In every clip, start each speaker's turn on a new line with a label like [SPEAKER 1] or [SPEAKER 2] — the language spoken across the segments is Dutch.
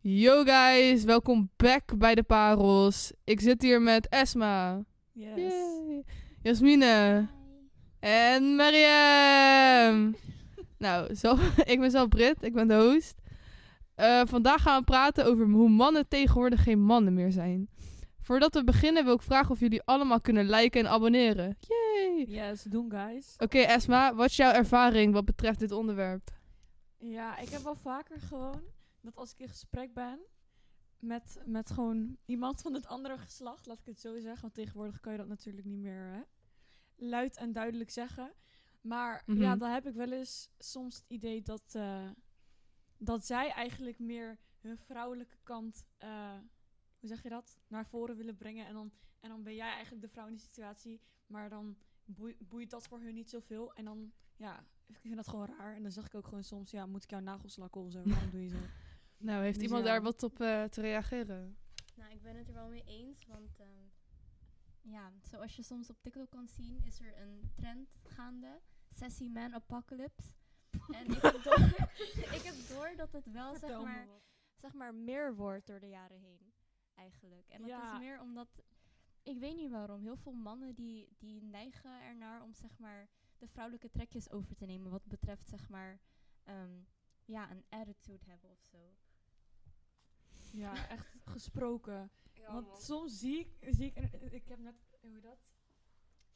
[SPEAKER 1] Yo guys, welkom back bij de Parels. Ik zit hier met Esma,
[SPEAKER 2] Yes.
[SPEAKER 1] Yay. Jasmine en Mariam. nou, zo, ik ben zelf Brit, ik ben de host. Eh, vandaag gaan we praten over hoe mannen tegenwoordig geen mannen meer zijn. Voordat we beginnen wil ik vragen of jullie allemaal kunnen liken en abonneren. Yay!
[SPEAKER 2] Yes, doen guys.
[SPEAKER 1] Oké Esma, wat is jouw ervaring wat betreft dit onderwerp?
[SPEAKER 2] Ja, ik heb wel vaker gewoon dat als ik in gesprek ben met, met gewoon iemand van het andere geslacht, laat ik het zo zeggen, want tegenwoordig kan je dat natuurlijk niet meer hè, luid en duidelijk zeggen. Maar
[SPEAKER 1] Mhm.
[SPEAKER 2] ja, dan heb ik wel eens soms het idee dat, eh, dat zij eigenlijk meer hun vrouwelijke kant, eh, hoe zeg je dat, naar voren willen brengen. En dan, en dan ben jij eigenlijk de vrouw in die situatie, maar dan boei- boeit dat voor hun niet zoveel. En dan, ja, ik vind dat gewoon raar. En dan zeg ik ook gewoon soms, ja, moet ik jouw nagels lakken of zo? Waarom doe je zo?
[SPEAKER 1] Nou, heeft
[SPEAKER 2] Dus
[SPEAKER 1] iemand
[SPEAKER 2] ja.
[SPEAKER 1] daar wat op eh, te reageren?
[SPEAKER 3] Nou, ik ben het er wel mee eens, want ehm, ja, zoals je soms op TikTok kan zien, is er een trend gaande. Sassy man apocalypse. en ik heb, door, ik heb door dat het wel zeg
[SPEAKER 2] Vertel me
[SPEAKER 3] maar,
[SPEAKER 2] wat.
[SPEAKER 3] zeg maar meer wordt door de jaren heen, eigenlijk. En dat
[SPEAKER 2] Ja.
[SPEAKER 3] is meer omdat, ik weet niet waarom, heel veel mannen die, die neigen ernaar om zeg maar de vrouwelijke trekjes over te nemen wat betreft zeg maar ehm, ja, een attitude hebben of zo.
[SPEAKER 2] Ja, echt gesproken.
[SPEAKER 3] Want-
[SPEAKER 2] Want soms zie ik, zie ik, en ik heb net, hoe heet dat?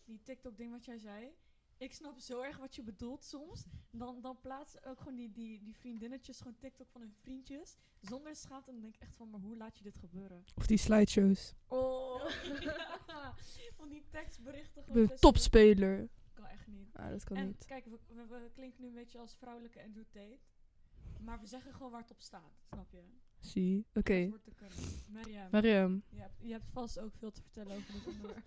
[SPEAKER 2] Die TikTok-ding wat jij zei. Ik snap zo erg wat je bedoelt soms. Dan, dan plaatsen ook gewoon die, die, die vriendinnetjes gewoon TikTok van hun vriendjes. Zonder schaamte. En dan denk ik echt van, maar hoe laat je dit gebeuren?
[SPEAKER 1] Of die slideshows.
[SPEAKER 2] Oh, ja. Van die tekstberichten.
[SPEAKER 1] Ik ben een topspeler.
[SPEAKER 2] Kan echt niet.
[SPEAKER 1] Ah, dat kan
[SPEAKER 2] En
[SPEAKER 1] niet.
[SPEAKER 2] kijk, we, we, we klinken nu een beetje als vrouwelijke Andrew Tate. Maar we zeggen gewoon waar het op staat, snap je?
[SPEAKER 1] Zie. Oké.
[SPEAKER 2] Dat hoort te kunnen. Mariam,
[SPEAKER 1] Mariam.
[SPEAKER 2] je, hebt, je hebt vast ook veel te vertellen over dit onderwerp.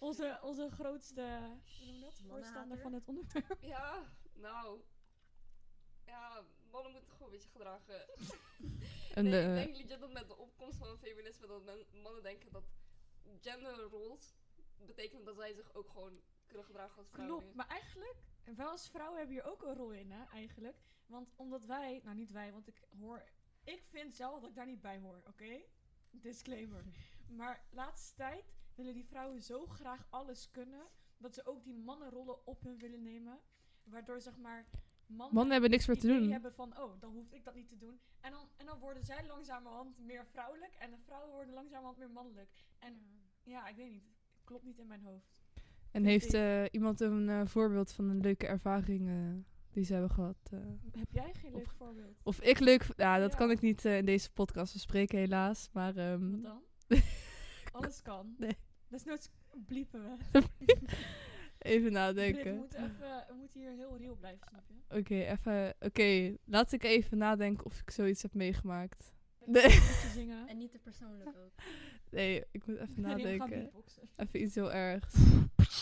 [SPEAKER 2] onze, onze grootste hoe noem je dat? voorstander
[SPEAKER 4] Mannenhater.
[SPEAKER 2] van het onderwerp.
[SPEAKER 4] Ja, nou. Ja, mannen moeten gewoon een beetje gedragen.
[SPEAKER 1] En eh,
[SPEAKER 4] nee,
[SPEAKER 1] de-
[SPEAKER 4] ik denk legit dat met de opkomst van het feminisme dat men- mannen denken dat genderroles betekent dat zij zich ook gewoon kunnen gedragen als vrouwen.
[SPEAKER 2] Klopt, maar eigenlijk, wij als vrouwen hebben hier ook een rol in, hè, eigenlijk. Want omdat wij, nou niet wij, want ik hoor, ik vind zelf dat ik daar niet bij hoor, oké? Disclaimer. Maar laatste tijd willen die vrouwen zo graag alles kunnen, dat ze ook die mannenrollen op hun willen nemen. Waardoor, zeg maar, mannen,
[SPEAKER 1] Mannen hebben niks meer te
[SPEAKER 2] idee
[SPEAKER 1] doen.
[SPEAKER 2] hebben van, oh, dan hoef ik dat niet te doen. En dan, en dan worden zij langzamerhand meer vrouwelijk en de vrouwen worden langzamerhand meer mannelijk. En ja, ik weet niet, klopt niet in mijn hoofd.
[SPEAKER 1] En heeft eh, iemand een eh, voorbeeld van een leuke ervaring eh, die ze hebben gehad? eh?
[SPEAKER 2] Heb jij geen leuk
[SPEAKER 1] Op-
[SPEAKER 2] voorbeeld?
[SPEAKER 1] Of ik leuk... v- Ja, dat
[SPEAKER 2] Ja.
[SPEAKER 1] kan ik niet eh, in deze podcast bespreken, helaas. Maar ehm,
[SPEAKER 2] Wat dan? Alles kan.
[SPEAKER 1] Nee.
[SPEAKER 2] Desnoods bliepen we.
[SPEAKER 1] even
[SPEAKER 2] Brit
[SPEAKER 1] nadenken.
[SPEAKER 2] moet, even, we moeten hier heel real blijven, snap je?
[SPEAKER 1] Oké, even... Oké, laat ik even nadenken of ik zoiets heb meegemaakt.
[SPEAKER 2] Een
[SPEAKER 1] Nee,
[SPEAKER 2] beetje zingen.
[SPEAKER 3] En niet te persoonlijk ook.
[SPEAKER 1] nee ik moet even
[SPEAKER 2] Mariam gaat
[SPEAKER 1] nadenken.
[SPEAKER 2] beatboxen.
[SPEAKER 1] Even iets heel ergs.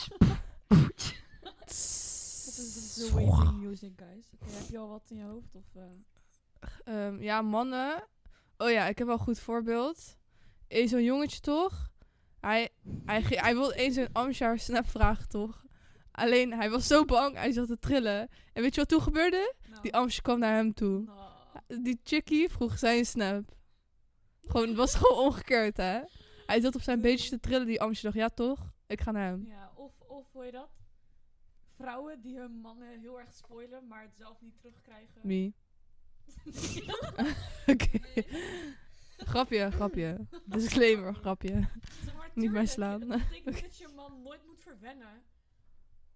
[SPEAKER 2] Dat is dus de waiting music, guys. Oké, heb je al wat in je hoofd? Of, eh,
[SPEAKER 1] Ehm, ja, mannen. Oh ja, ik heb wel een goed voorbeeld. Eén zo'n jongetje toch? Hij, hij, ge- hij wilde eens een Amshar snap vragen toch? Alleen hij was zo bang, hij zat te trillen. En weet je wat toen gebeurde?
[SPEAKER 2] nou,
[SPEAKER 1] Die Amshar kwam naar hem toe.
[SPEAKER 2] nou.
[SPEAKER 1] Die chickie vroeg zijn snap. Gewoon, het was gewoon omgekeerd hè? Hij zat op zijn beentje te trillen, die Amshar dacht, ja toch? Ik ga naar hem.
[SPEAKER 2] Ja, of, of hoe je dat? Vrouwen die hun mannen heel erg spoilen, maar het zelf niet terugkrijgen.
[SPEAKER 1] Me. Oké. Grapje, grapje. Disclaimer, grapje.
[SPEAKER 2] Zeg maar,
[SPEAKER 1] Niet
[SPEAKER 2] tuurlijk,
[SPEAKER 1] bijslaan.
[SPEAKER 2] Dat betekent dat je man nooit moet verwennen.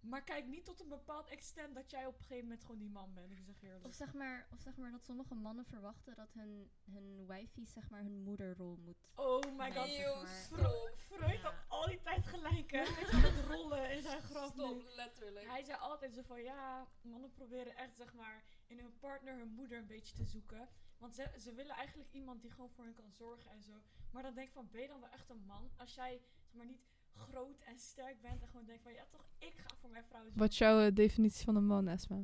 [SPEAKER 2] Maar kijk niet tot een bepaald extent dat jij op een gegeven moment gewoon die man bent. Ik zeg eerlijk.
[SPEAKER 3] Of zeg, maar, of zeg maar dat sommige mannen verwachten dat hun, hun wifey zeg maar hun moederrol moet.
[SPEAKER 2] Oh my god.
[SPEAKER 3] Nee,
[SPEAKER 4] Eeuw,
[SPEAKER 3] zeg maar.
[SPEAKER 4] stop.
[SPEAKER 2] Freud had
[SPEAKER 3] Ja.
[SPEAKER 2] al die tijd gelijk, hè? Met dat rollen in zijn graf.
[SPEAKER 4] Stop,
[SPEAKER 2] nu.
[SPEAKER 4] letterlijk.
[SPEAKER 2] Hij zei altijd zo van, ja, mannen proberen echt, zeg maar, in hun partner hun moeder een beetje te zoeken. Want ze, ze willen eigenlijk iemand die gewoon voor hen kan zorgen en zo. Maar dan denk ik van, ben je dan wel echt een man? Als jij, zeg maar, niet groot en sterk bent en gewoon denkt van, ja toch, ik ga voor mijn vrouw zorgen.
[SPEAKER 1] Wat is jouw eh, definitie van een man, Esma?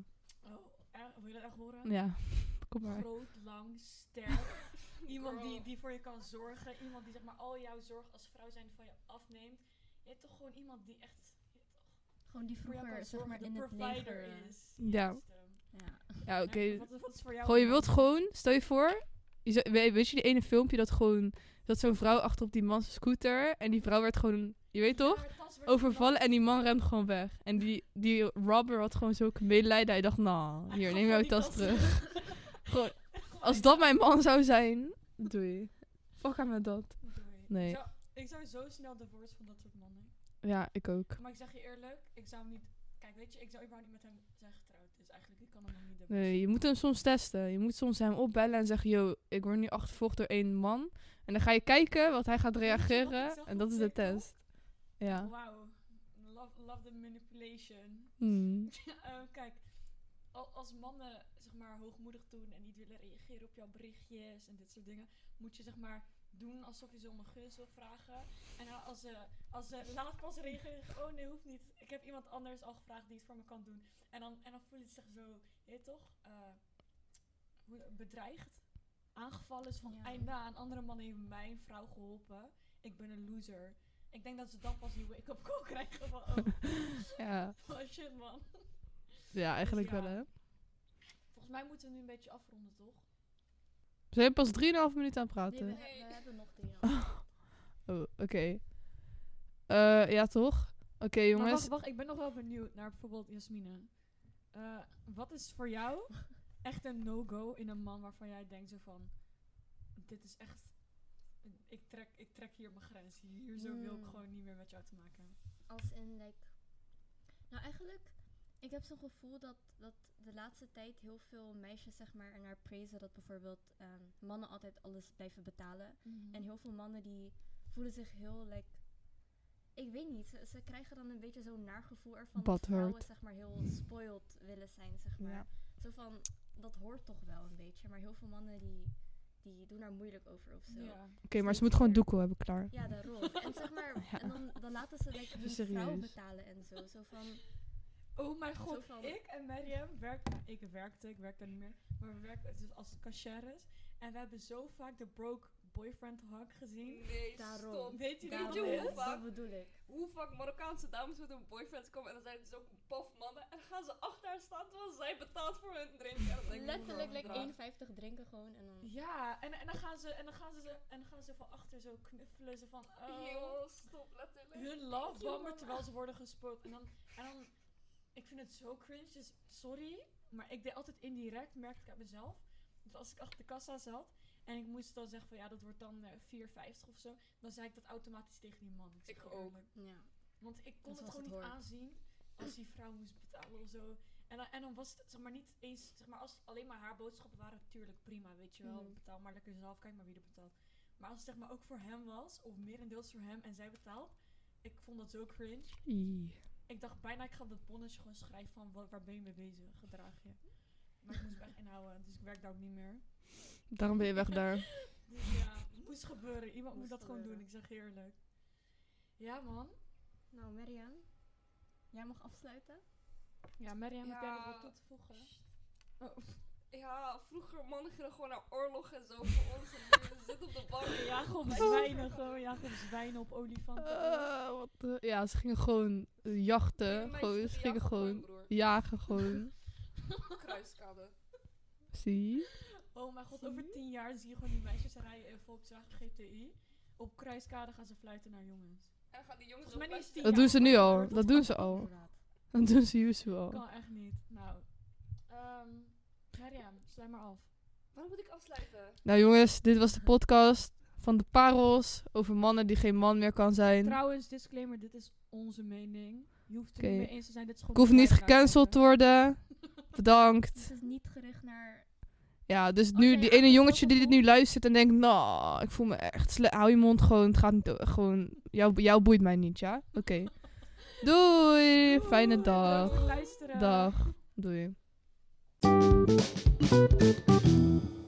[SPEAKER 2] Oh, eh, wil je dat echt horen?
[SPEAKER 1] Ja, kom maar.
[SPEAKER 2] Groot, lang, sterk. iemand
[SPEAKER 4] Girl.
[SPEAKER 2] die, die voor je kan zorgen. Iemand die zeg maar al jouw zorg als vrouw zijn van je afneemt. Je hebt toch gewoon iemand die echt
[SPEAKER 3] Gewoon die
[SPEAKER 2] voor jou
[SPEAKER 3] vroeger
[SPEAKER 2] kan
[SPEAKER 3] zeg
[SPEAKER 2] zorgen.
[SPEAKER 3] maar
[SPEAKER 2] De
[SPEAKER 3] in het
[SPEAKER 2] provider
[SPEAKER 3] leger. eh,
[SPEAKER 2] is.
[SPEAKER 1] Ja.
[SPEAKER 2] Juist, ehm.
[SPEAKER 3] Ja.
[SPEAKER 1] Ja, oké.
[SPEAKER 2] Wat, wat is voor jou?
[SPEAKER 1] Gewoon, je wilt gewoon, stel je voor, je zou- we- weet je die ene filmpje dat gewoon, dat zo'n vrouw achter op die man zijn scooter en die vrouw werd gewoon, je weet toch, overvallen en die man rent gewoon weg. En die, die robber had gewoon zulke medelijden, hij dacht, nou, hier, neem jouw tas terug. Gewoon, als dat mijn man zou zijn, doei. Fuck aan met dat. Nee.
[SPEAKER 2] Ik zou, ik zou zo snel divorce van dat soort mannen.
[SPEAKER 1] Ja, ik ook.
[SPEAKER 2] Maar ik zeg je eerlijk, ik zou hem niet. Kijk, weet je, ik zou überhaupt niet met hem zijn getrouwd. Dus eigenlijk, ik kan hem nog niet divorcen.
[SPEAKER 1] Nee, je moet hem soms testen. Je moet soms hem opbellen en zeggen, yo, ik word nu achtervolgd door één man. En dan ga je kijken wat hij gaat
[SPEAKER 2] Weet je wat ik
[SPEAKER 1] reageren
[SPEAKER 2] zag
[SPEAKER 1] en dat is
[SPEAKER 2] op
[SPEAKER 1] de
[SPEAKER 2] TikTok?
[SPEAKER 1] test. Ja.
[SPEAKER 2] Wauw. Love, love the manipulation.
[SPEAKER 1] Hmm.
[SPEAKER 2] Eh, kijk, al- als mannen zeg maar hoogmoedig doen en niet willen reageren op jouw berichtjes en dit soort dingen, moet je zeg maar doen alsof je ze om een gunst wil vragen. En dan als ze, als ze laat pas reageren, oh nee, hoeft niet. Ik heb iemand anders al gevraagd die het voor me kan doen. En dan, en dan voelen ze zich zo, je weet toch, eh, hoe- bedreigd, aangevallen. Is van,
[SPEAKER 3] Ja.
[SPEAKER 2] einde aan, een andere man heeft mijn vrouw geholpen. Ik ben een loser. Ik denk dat ze dan pas die wake-up call krijgen van, oh,
[SPEAKER 1] Ja.
[SPEAKER 2] oh shit man.
[SPEAKER 1] ja, eigenlijk
[SPEAKER 2] ja.
[SPEAKER 1] wel hè.
[SPEAKER 2] Volgens mij moeten we nu een beetje afronden, toch?
[SPEAKER 1] We zijn pas 3,5 minuten aan het
[SPEAKER 3] Nee, we,
[SPEAKER 1] praten.
[SPEAKER 3] hebben- we hebben nog drie. jaar.
[SPEAKER 1] Oh, oké. Eh, ja, toch? Oké,
[SPEAKER 2] Maar
[SPEAKER 1] jongens.
[SPEAKER 2] wacht, wacht, ik ben nog wel benieuwd naar bijvoorbeeld Jasmine. Eh, wat is voor jou echt een no-go in een man waarvan jij denkt zo van... Dit is echt... Ik trek, ik trek hier mijn grens. Hier zo wil ik
[SPEAKER 3] Hmm.
[SPEAKER 2] gewoon niet meer met jou te maken hebben.
[SPEAKER 3] Als in, like... Nou, eigenlijk, ik heb zo'n gevoel dat, dat de laatste tijd heel veel meisjes, zeg maar, ernaar prezen dat bijvoorbeeld ehm, mannen altijd alles blijven betalen.
[SPEAKER 2] Mhm.
[SPEAKER 3] En heel veel mannen die voelen zich heel, like... Ik weet niet, ze, ze krijgen dan een beetje zo'n naar gevoel ervan dat
[SPEAKER 1] Butthurt. Mm.
[SPEAKER 3] vrouwen, zeg maar, heel spoiled willen zijn, zeg maar.
[SPEAKER 1] Ja.
[SPEAKER 3] Zo van, dat hoort toch wel een beetje, maar heel veel mannen die, die doen daar moeilijk over of zo.
[SPEAKER 2] Ja.
[SPEAKER 1] Oké, maar ze moet gewoon doekoe hebben klaar.
[SPEAKER 3] Ja, daarom. En zeg maar,
[SPEAKER 1] Ja.
[SPEAKER 3] en dan, dan laten ze like, hun vrouw
[SPEAKER 1] serieus.
[SPEAKER 3] betalen en zo. Zo van,
[SPEAKER 2] Oh mijn god,
[SPEAKER 3] van-
[SPEAKER 2] ik en Mariam werkten... Ik werkte, ik werk daar niet meer. Maar we werken dus als cashières. En we hebben zo vaak de broke boyfriend hak gezien.
[SPEAKER 4] Nee,
[SPEAKER 3] Daarom.
[SPEAKER 4] stop.
[SPEAKER 2] Weet je
[SPEAKER 4] Daarom.
[SPEAKER 2] wat
[SPEAKER 4] je
[SPEAKER 2] het
[SPEAKER 4] hoe
[SPEAKER 2] is?
[SPEAKER 4] vaak-
[SPEAKER 3] dat bedoel ik.
[SPEAKER 4] Hoe vaak Marokkaanse dames met hun boyfriends komen en dan zijn het dus ook paf mannen. En dan gaan ze achter haar staan terwijl zij betaalt voor hun drinken. En dan denk ik,
[SPEAKER 3] Letterlijk
[SPEAKER 4] bro,
[SPEAKER 3] like
[SPEAKER 4] draag.
[SPEAKER 3] 51 drinken gewoon en dan...
[SPEAKER 2] Ja, en, en, dan gaan ze, en dan gaan ze en dan gaan ze van achter zo knuffelen. Ze van, oh,
[SPEAKER 4] Yo, stop, letterlijk.
[SPEAKER 2] hun love
[SPEAKER 4] you,
[SPEAKER 2] bomber
[SPEAKER 4] mama.
[SPEAKER 2] terwijl ze worden gespoten. En dan, en dan, ik vind het zo cringe, dus sorry. Maar ik deed altijd indirect, merkte ik aan mezelf. Dat als ik achter de kassa zat en ik moest dan zeggen van ja, dat wordt dan eh, 4,50 of zo. Dan zei ik dat automatisch tegen die man. zeg
[SPEAKER 4] Ik
[SPEAKER 2] je
[SPEAKER 4] ook.
[SPEAKER 2] eerlijk.
[SPEAKER 3] Ja.
[SPEAKER 2] Want ik kon
[SPEAKER 3] Dat
[SPEAKER 2] het gewoon
[SPEAKER 3] was
[SPEAKER 2] niet
[SPEAKER 3] het woord.
[SPEAKER 2] aanzien als die vrouw moest betalen of zo. En dan, en dan was het zeg maar niet eens, zeg maar als het alleen maar haar boodschappen waren, natuurlijk prima, weet je wel.
[SPEAKER 3] Mhm.
[SPEAKER 2] Betaal maar lekker zelf, kijk maar wie er betaalt. Maar als het zeg maar ook voor hem was, of merendeels voor hem en zij betaalt, ik vond dat zo cringe.
[SPEAKER 1] Ie.
[SPEAKER 2] Ik dacht bijna, ik ga op dat bonnetje gewoon schrijven van wa- waar ben je mee bezig, gedraag je. Maar ik moest me echt inhouden, dus ik werk daar ook niet meer.
[SPEAKER 1] Daarom ben je weg daar.
[SPEAKER 2] Dus ja, moest gebeuren. Iemand moet
[SPEAKER 3] Moest
[SPEAKER 2] dat gewoon doen,
[SPEAKER 3] gebeuren.
[SPEAKER 2] ik zeg je eerlijk. Ja man.
[SPEAKER 3] Nou, Marianne, jij mag afsluiten.
[SPEAKER 2] Ja, Mariam, heb jij nog
[SPEAKER 4] Ja.
[SPEAKER 2] wat toe te voegen? Oh.
[SPEAKER 4] Ja, vroeger mannen gingen gewoon naar oorlog en zo voor ons. En nu zitten op de bank.
[SPEAKER 2] Ja, gewoon
[SPEAKER 4] Wij-
[SPEAKER 2] zwijnen, gewoon. Ja, gewoon zwijnen op olifanten.
[SPEAKER 1] Eh, wat de- Ja, ze gingen gewoon eh, jachten.
[SPEAKER 4] Meisjes
[SPEAKER 1] Gewoon,
[SPEAKER 4] die
[SPEAKER 1] ze gingen
[SPEAKER 4] jagen
[SPEAKER 1] gewoon
[SPEAKER 4] broer.
[SPEAKER 1] jagen gewoon.
[SPEAKER 4] Kruiskade.
[SPEAKER 1] Zie?
[SPEAKER 2] Oh mijn god,
[SPEAKER 3] Zie
[SPEAKER 2] over
[SPEAKER 3] je?
[SPEAKER 2] tien jaar zie je gewoon die meisjes rijden in Volkswagen GTI. Op Kruiskade gaan ze fluiten naar jongens.
[SPEAKER 4] En dan gaan die jongens
[SPEAKER 2] Volgens mij
[SPEAKER 4] ook
[SPEAKER 2] is
[SPEAKER 4] best-
[SPEAKER 2] die-
[SPEAKER 1] Dat
[SPEAKER 2] Ja,
[SPEAKER 1] doen ze nu
[SPEAKER 2] maar
[SPEAKER 1] al.
[SPEAKER 2] dat
[SPEAKER 1] Dat doen ze al.
[SPEAKER 3] Inderdaad.
[SPEAKER 1] Dat doen ze usual al.
[SPEAKER 2] Kan echt niet. Nou, ehm Mariam, sluit maar af.
[SPEAKER 4] Waarom moet ik afsluiten?
[SPEAKER 1] Nou jongens, dit was de podcast van de parels over mannen die geen man meer kan zijn.
[SPEAKER 2] Trouwens, disclaimer, dit is onze mening. Je hoeft het
[SPEAKER 1] Oké.
[SPEAKER 2] niet mee eens te zijn. Dit is
[SPEAKER 1] Ik
[SPEAKER 2] gewoon
[SPEAKER 1] hoef niet
[SPEAKER 2] podcast.
[SPEAKER 1] gecanceld te worden. Bedankt.
[SPEAKER 3] Het is niet gericht naar...
[SPEAKER 1] Ja, dus nu
[SPEAKER 3] Oké,
[SPEAKER 1] die
[SPEAKER 3] ja,
[SPEAKER 1] ene
[SPEAKER 3] dat
[SPEAKER 1] jongetje
[SPEAKER 3] is
[SPEAKER 1] die
[SPEAKER 3] wel
[SPEAKER 1] dit nu luistert en denkt, nou, ik voel me echt slecht. Hou je mond gewoon, het gaat niet, o- gewoon, jou, jou boeit mij niet, ja? Oké. Doei, fijne
[SPEAKER 2] Doei, bedankt
[SPEAKER 1] dag.
[SPEAKER 2] voor het luisteren.
[SPEAKER 1] Dag, doei.